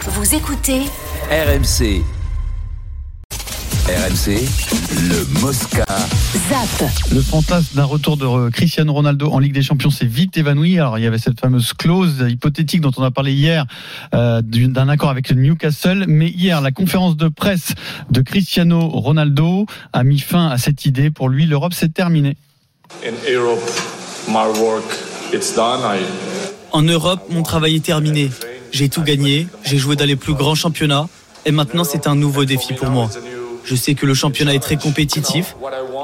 Vous écoutez RMC. RMC, le Mosca. ZAP. Le fantasme d'un retour de euh, Cristiano Ronaldo en Ligue des Champions s'est vite évanoui. Alors il y avait cette fameuse clause hypothétique dont on a parlé hier euh, d'une- d'un accord avec Newcastle, mais hier la conférence de presse de Cristiano Ronaldo a mis fin à cette idée. Pour lui, l'Europe c'est terminé. In Europe, my work it's done. I En Europe, mon travail est terminé. J'ai tout gagné, j'ai joué dans les plus grands championnats et maintenant c'est un nouveau défi pour moi. Je sais que le championnat est très compétitif.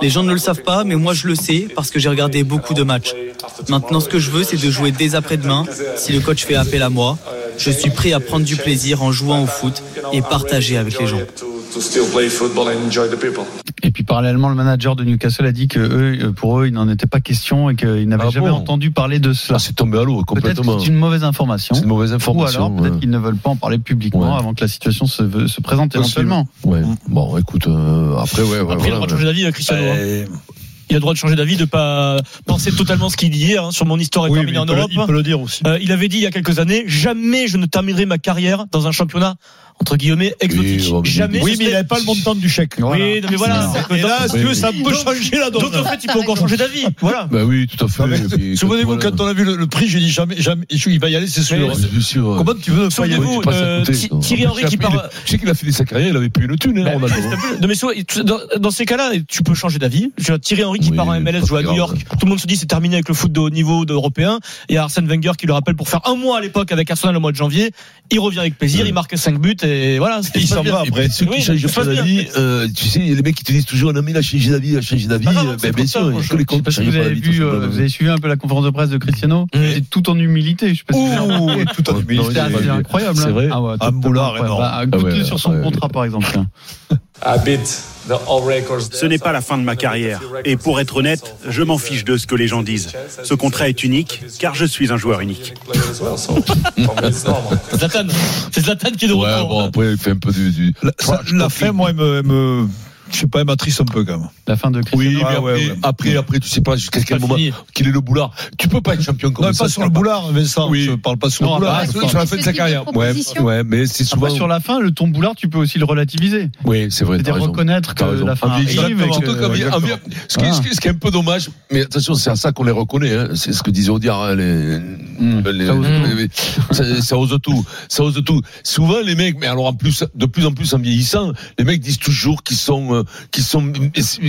Les gens ne le savent pas, mais moi je le sais parce que j'ai regardé beaucoup de matchs. Maintenant ce que je veux c'est de jouer dès après-demain si le coach fait appel à moi. Je suis prêt à prendre du plaisir en jouant au foot et partager avec les gens. To, to still play football and enjoy the people. Et puis parallèlement, le manager de Newcastle a dit que eux, euh, pour eux, il n'en était pas question et qu'il n'avait Ah jamais bon entendu parler de Ah, cela. c'est tombé à l'eau Peut-être complètement. que c'est une mauvaise information. C'est une mauvaise Ou information. hein. alors peut-être ouais. qu'ils ne veulent pas en parler publiquement Ouais. avant que la situation se, se présente Possible. éventuellement. Ouais. Bon, écoute, euh, après, ouais, ouais, Après, il a le droit de voilà. changer d'avis, hein, Cristiano. hein. Il a le droit de changer d'avis, de pas penser totalement ce qu'il dit hier hein, sur mon histoire et terminer en Europe. dire aussi. Euh, il avait dit il y a quelques années, jamais je ne terminerai ma carrière dans un championnat entre guillemets exotique. bon, mais- jamais. Oui, ce mais il serait- avait pas le montant du chèque. Oui, non, mais voilà. C'est Donc, donc, si tu veux, ça donc, Donc en fait, il peut encore changer d'avis. Voilà. Bah oui, tout à Ah, fait. Et puis, Souvenez-vous, voilà. quand on a vu le, le prix, j'ai dit jamais, jamais, il va y aller, c'est sûr. Ouais, c'est sûr. euh, Comment tu veux ne pas y aller Souvenez-vous, tu passes à euh, côté, Thi- toi. Thierry Henry Je sais qui pas, il- part. Je sais qu'il a fini sa carrière, il avait plus une thune, hein, Bah, Ronaldo. Non mais soit- dans, dans ces cas-là, tu peux changer d'avis. Tu vois, Thierry Henry qui Oui, part en pas MLS très joue à New grave. York, tout le monde se dit c'est terminé avec le foot de haut niveau de européen. Il y a Arsène Wenger qui le rappelle pour faire un mois à l'époque avec Arsenal au mois de janvier. Il revient avec plaisir, Ouais. il marque 5 buts et voilà. c'était- Et puis, et puis, Ceux Oui, qui changent ça se pas passe bien. d'avis, euh, tu sais, il y a les mecs qui te disent toujours, non, mais il a changé d'avis, il a changé d'avis. Pas grave, Ben, c'est bien pour ça, sûr, moi, il y a je- que les Je sais comptes pas qui si changent vous pas avez d'avis. vu, toi, euh, c'est pas vous vrai. avez suivi un peu la conférence de presse de Cristiano. C'était tout en humilité. Je sais pas si vous avez remarqué. Ouh, tout en humilité. C'était assez incroyable. C'est hein. vrai. Ah ouais, Un totalement boulard incroyable. énorme. Bah, Ah écoutez ouais, sur son ouais, contrat, par exemple. tiens. I beat the all records. Ce n'est pas la fin de ma carrière. Et pour être honnête, je m'en fiche de ce que les gens disent. Ce contrat est unique, car je suis un joueur unique. Zlatan, c'est Zlatan qui est de Ouais, retour. bon, après, il fait un peu du. du- La, ça- Trash la talking. fin, moi, elle me, elle me- je sais pas, elle m'attriste un peu quand même. La fin de Cristiano. Oui, mais Ah, après, ouais, ouais. après, après, tu sais pas jusqu'à quel Pas moment fini. qu'il est le boulard. Tu peux pas être champion comme Non, mais ça. pas sur le boulard, Vincent. Oui. Je parle pas sur Non, le boulard. bah, je oui, parle sur la fin c'est de ce sa type carrière. de Ouais, proposition. ouais, mais c'est Après, souvent. sur la fin, le ton boulard, tu peux aussi le relativiser. Oui, c'est vrai. t'as C'est-à-dire raison. reconnaître que T'as raison. la fin Ah, mais arrive. exactement. et que- Surtout qu'en vi- en vi- ce, qui, Ah. ce qui- ce qui est un peu dommage, mais attention, c'est à ça qu'on les reconnaît. hein. C'est ce que disait Audiard. hein, les, les- ça ose tout. les- ça, ça ose tout. Ça ose tout. Souvent, les mecs, mais alors en plus, de plus en plus en vieillissant, les mecs disent toujours qu'ils sont, euh, qu'ils sont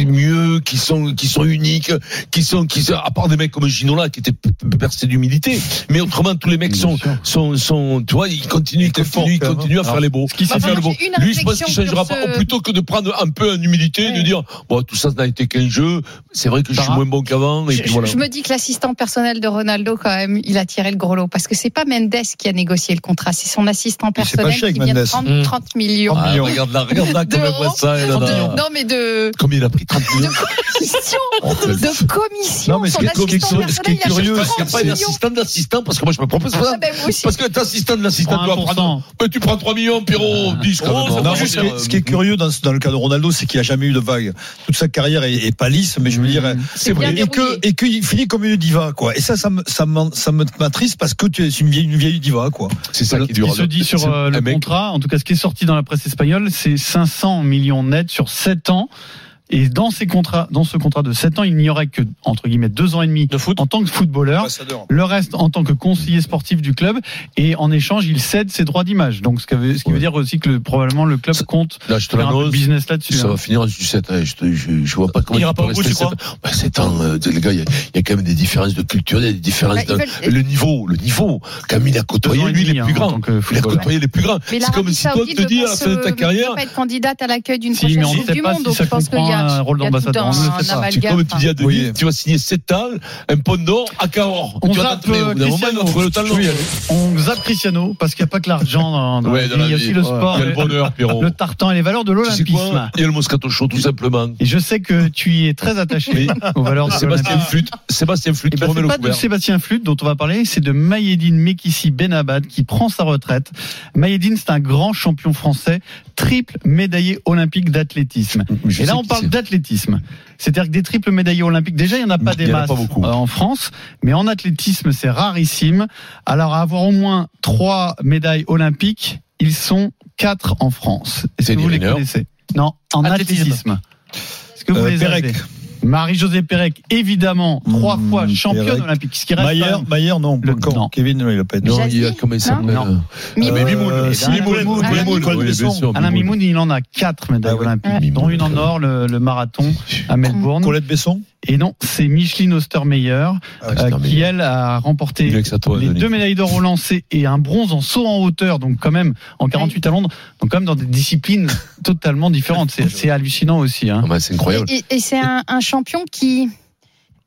mieux, qu'ils sont, qu'ils sont uniques, qu'ils sont, qu'ils sont- à part des mecs comme Ginola qui était p- p- percé d'humilité, mais autrement, tous les mecs Bien sont, sûr. sont, sont, tu vois, ils continuent, ils était fort, continuent, ils quand même. continuent à Alors, faire les beaux. ce qui s'est À faire fait- les beaux. J'ai une Lui, je pense qu'il réflexion changera sur pas. Au ce- plus plutôt que de prendre un peu en humilité, de Ouais. dire bon tout ça ça n'a été qu'un jeu, c'est vrai que je suis Sarah moins bon qu'avant et Je, puis voilà. je me dis que l'assistant personnel de Ronaldo, quand même, il a tiré le gros lot. Parce que c'est pas Mendes qui a négocié le contrat, c'est son assistant Mais c'est pas personnel chèque, qui vient de Mendes. prendre 30 millions. Ah, regarde là, regarde là comme elle voit ça, elle, De- là, là. non, mais de, Combien il a pris 30 millions commission. Oh, quel- De commission. Non, mais ce son qui est- assistant ce qui est- personnel, ce qui est il a curieux, fait Parce qu'il n'y a 30 pas millions. d'assistant d'assistant, parce que moi je me prends pas Ah, ça. ben, moi aussi. Parce que t'es assistant de l'assistant, tu vas 1%. prendre. Mais tu prends 3 millions, Pierrot, 10 quand Oh, même. ça Non, fait ce, qui Euh, est, ce qui est curieux dans, ce- dans le cas de Ronaldo, c'est qu'il a jamais eu de vague. Toute sa carrière est, est pas lisse, mais je Mm. veux dire, euh, c'est bien vrai. et que et qu'il finit comme une diva, quoi. Et ça, ça me ça me- ça me m'attriste parce que tu es une vieille, une vieille diva, quoi. C'est ça qui est dur. qui se dit sur C'est euh, le un mec- contrat, en tout cas ce qui est sorti dans la presse espagnole, c'est 500 millions nets sur 7 ans. Et dans ces contrats, dans ce contrat de 7 ans, il n'y aurait que entre guillemets deux ans et demi De foot. en tant que footballeur, le reste en tant que conseiller sportif du club. Et en échange, il cède ses droits d'image. Donc ce, qui veut- ce qui veut Ouais. dire aussi que le- probablement le club Ça- compte Là, je te faire un peu de l'annonce. business là-dessus. Ça hein. va finir en sucette. hein. Je, te- je, je vois pas comment Il ira tu pas peux au bout, rester tu crois sept ans. Bah, sept ans, euh, les gars, il y, a- il y a quand même des différences de culture, il y a des différences. Bah, ils de- veulent- Le niveau, le niveau. Camille il a côtoyé, Deux ans et lui, demi, les hein, plus en grands. tant que Il a footballeur. côtoyé les plus grands. Mais C'est comme l'Arabie si toi, Saoudite te dis à veut la pas fin de ta se- carrière. veut euh, pas être candidate à l'accueil d'une Si, mais prochaine on ne Coupe sait du pas Monde. si Donc ça je pense qu'il y comprend un a, rôle il y a tout d'ambassadeur. un, On ne sait pas. amalgame. C'est comme tu dis à Denis, Oui. tu vas signer 7 ans, un pont d'or à Cahors. On Tu vas zappe, t'entraîner au bout d'un moment, Cristiano. il va trouver le talent. Oui, On zappe Cristiano parce qu'il n'y a pas que l'argent dans, dans Ouais, la dans vie, la il y a vie. aussi le Ouais. sport, Il y a le bonheur, Pierrot. le tartan et les valeurs de Tu sais l'olympisme. quoi Il y a le Moscato Show, tout simplement. Et je sais que tu y es très attaché Oui. aux valeurs de Sébastien l'Olympisme. Flûte, Sébastien Flûte Eh qui ben, remet c'est le pas de couvert. Sébastien Flute dont on va parler, c'est de Mayedine Mekissi Benabad qui prend sa retraite. Mayedine, c'est un grand champion français, triple médaillé olympique d'athlétisme. Mais je Et sais là, on qui parle c'est. d'athlétisme. C'est-à-dire que des triples médaillés olympiques, déjà, il n'y en a pas Il y des en a masses pas beaucoup. euh, en France, mais en athlétisme, c'est rarissime. Alors, avoir au moins trois médailles olympiques, Ils sont quatre en France. Est-ce C'est que vous des les mineurs. connaissez Non, en Athlétisme. athlétisme. Est-ce que vous Euh, les Pérec. avez Marie-Josée Pérec, évidemment, trois Hmm, Mmh, fois championne Pérec. olympique. Ce qui reste Mayer, quand même- Mayer, non. Le- Encore. non. Kevin, non, il a pas été. Non, Jazzy il y a comment il Non. s'appelle Non. Mimoun. euh, Mimoun. Euh, Mimoun, Alain Mimoun, Mimoun. Mimoun, Alain oui, bien Mimoun. sûr, Alain Mimoun, il en a quatre médailles Ah ouais. olympiques, Mimoun. dont une en or, le, le marathon à Melbourne. Colette Besson Et non, c'est Micheline Ostermeyer Ah, euh, qui, Ostermeyer. elle, a remporté Il est avec sa toile, les Denis. deux médailles d'or au lancer et un bronze en saut en hauteur, donc quand même en 48 à Londres, donc quand même dans des disciplines totalement différentes. C'est- C'est hallucinant aussi. Hein. Ah, bah, C'est incroyable. Et, et- et c'est un, un champion qui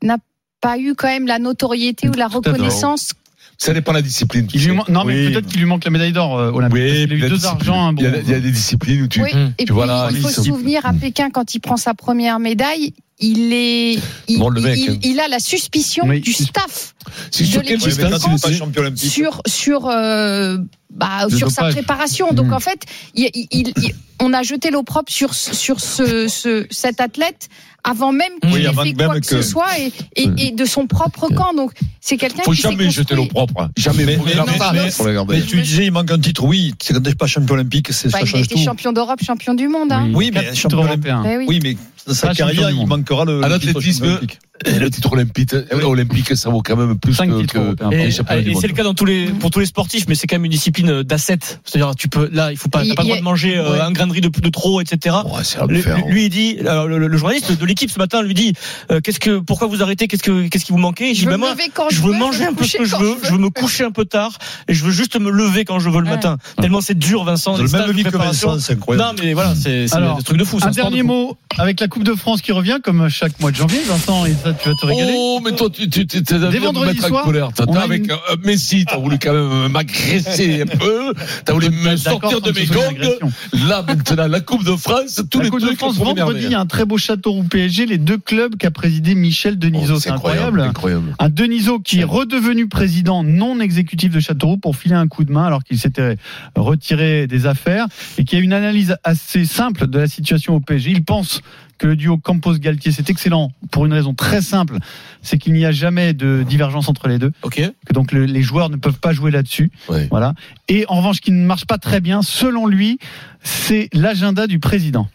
n'a pas eu quand même la notoriété ou la à fait. reconnaissance. Ça dépend de la discipline. tu Il lui sais. man- Non, mais Oui. peut-être qu'il lui manque la médaille d'or euh, olympique. Oui, parce qu'il a il y a eu des deux disciplines. argents, un Il y bronze. hein. a- il y a des disciplines où tu. Oui. Mmh. Et Tu puis, vois là, il ils faut sont- se souvenir à Mmh. Pékin quand il prend sa première médaille. Il est, il, Bon, le mec, il- hein. il a la suspicion Oui. du staff C'est de sur quel l'équipe de distance France. il est- champion olympique. sur sur euh, bah, Le sur sa dopage. Hmm. préparation. Donc Mm. en fait, il- il- il- il- on a jeté l'opprobre sur sur ce, ce- cet athlète avant même qu'il Oui, ait avant fait même quoi que, que- ce soit et, et- Oui. et de son propre camp. Donc c'est quelqu'un Faut qui s'est jamais jeter l'eau construit. propre. hein. Jamais. Mais- Faut mais- le garder. mais- Faut mais- le garder. Mais tu disais, il manque un titre, oui. C'est quand t'es pas champion olympique, c'est Bah, ça il a change été tout. champion d'Europe, champion du monde. hein. Oui, mais Quatre champion titres olympique. européens. Ben oui. Oui, mais dans sa Pas champion carrière, du il monde. manquera le. À le titre l'athlétisme, champion olympique. Et Le titre olympique, euh, olympique, ça vaut quand même plus Cinq que, titres que européens. les Et, championnats et du monde. c'est le cas dans tous les, pour tous les sportifs, mais c'est quand même une discipline euh, d'asset. C'est-à-dire, tu peux, là, il faut pas, t'as Il- pas le il y droit a- de manger euh, ouais. un grain de riz de, de trop, etc. Bon, ouais, c'est à le Lui, faire, hein. lui, il dit, alors, le, le journaliste de l'équipe ce matin lui dit, euh, qu'est-ce que, pourquoi vous arrêtez, qu'est-ce que, qu'est-ce qui vous manquait Il dit, Je veux bah, me moi, lever quand je veux veux, manger me un peu ce coucher que je quand veux, je veux me coucher un peu tard, et je veux juste me lever quand je veux le Ouais. matin. Tellement c'est dur, Vincent. Dans les le stages même de vie que préparation. Vincent, c'est Non, incroyable. mais voilà, c'est c'est Alors, des trucs de fou. c'est Un sport de dernier fou. mot avec la Coupe de France qui revient, comme chaque mois de janvier, Vincent, et ça, tu vas te régaler. Oh, mais toi, tu tu- tu- t'as envie de me vendredi mettre en soir, colère. T'as on t'as a avec une- euh, Messi, t'as voulu quand même euh, m'agresser un peu. T'as voulu me sortir de mes gonds. Là, maintenant, la Coupe de France, tous la les Coupe trucs. de France, ils font des vendredi, il y merveilles. a un très beau château au PSG, les deux clubs qu'a présidé Michel Denisot. Oh, hein, c'est incroyable. Incroyable. Un Denisot qui est redevenu président non exécutif de Châteauroux pour filer un coup de main alors qu'il s'était retiré des affaires et qui a une analyse assez simple de la situation au PSG. Il pense que le duo Campos-Galtier, c'est excellent pour une raison très simple, c'est qu'il n'y a jamais de divergence entre les deux, Ok. que donc le- les joueurs ne peuvent pas jouer là-dessus. Ouais. Voilà. Et en revanche, ce qui ne marche pas très bien, selon lui, c'est l'agenda du président.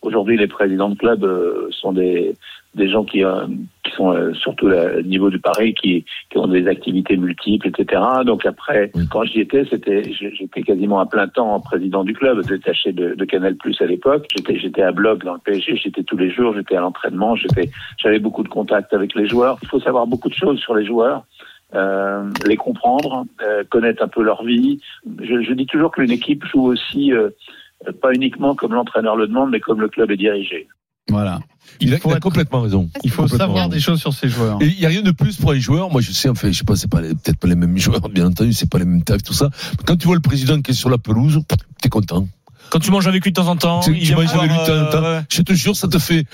Aujourd'hui, les présidents de club euh, sont des, des gens qui, euh, qui sont euh, surtout là, au niveau du Paris, qui, qui ont des activités multiples, etc. Donc après, Oui. quand j'y étais, c'était j'- j'étais quasiment à plein temps président du club, détaché de, de Canal Plus à l'époque. J'étais j'étais à blog dans le PSG, j'étais tous les jours, j'étais à l'entraînement, j'étais j'avais beaucoup de contacts avec les joueurs. Il faut savoir beaucoup de choses sur les joueurs. euh, les comprendre, euh, connaître un peu leur vie. Je, je dis toujours qu'une équipe joue aussi euh, euh, pas uniquement comme l'entraîneur le demande, mais comme le club est dirigé. Voilà. Il a faut il a être- complètement raison. Il faut Complètement savoir raison. des hein. choses sur ces joueurs. Et il n'y a rien de plus pour un joueur. Moi, je sais, enfin, je sais pas, c'est pas les- peut-être pas les mêmes joueurs, bien entendu, c'est pas les mêmes tafs, tout ça. Quand tu vois le président qui est sur la pelouse, t'es content. Quand tu manges avec lui de temps en temps, Tu- il tu vient manges voir, avec lui de temps en temps. euh, ouais. Je te jure, ça te fait,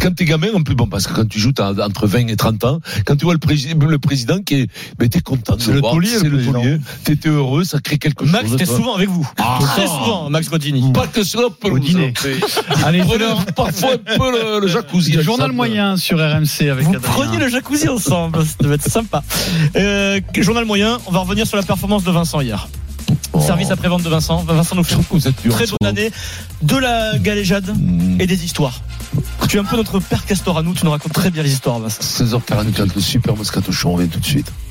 quand t'es gamin, en plus, bon, parce que quand tu joues, t'as entre 20 et 30 ans, quand tu vois le, pré- le président qui est, ben, t'es content de C'est le le voir. taulier, C'est le le président. taulier. T'étais heureux, ça crée quelque Max chose. était toi. souvent avec vous. Ah. Très souvent, Max Godini. Pas que sur la Mmh. Au pelouse. dîner. Allez, c'est l'heure. Prenez parfois un peu le, le jacuzzi. Le avec journal ça. moyen sur RMC avec Vous Adrien. preniez le jacuzzi ensemble, ça devait être sympa. Euh, journal moyen, on va revenir sur la performance de Vincent hier. Oh. Service après-vente de Vincent. Vincent nous Je fait trouve que vous êtes une dur. très en ce bonne année, de la galéjade moment. Mmh. et des histoires. Tu es un peu notre père Castor à nous, tu nous racontes très bien les histoires, Vincent. 16h44, le super Moscato Show, on revient tout de suite.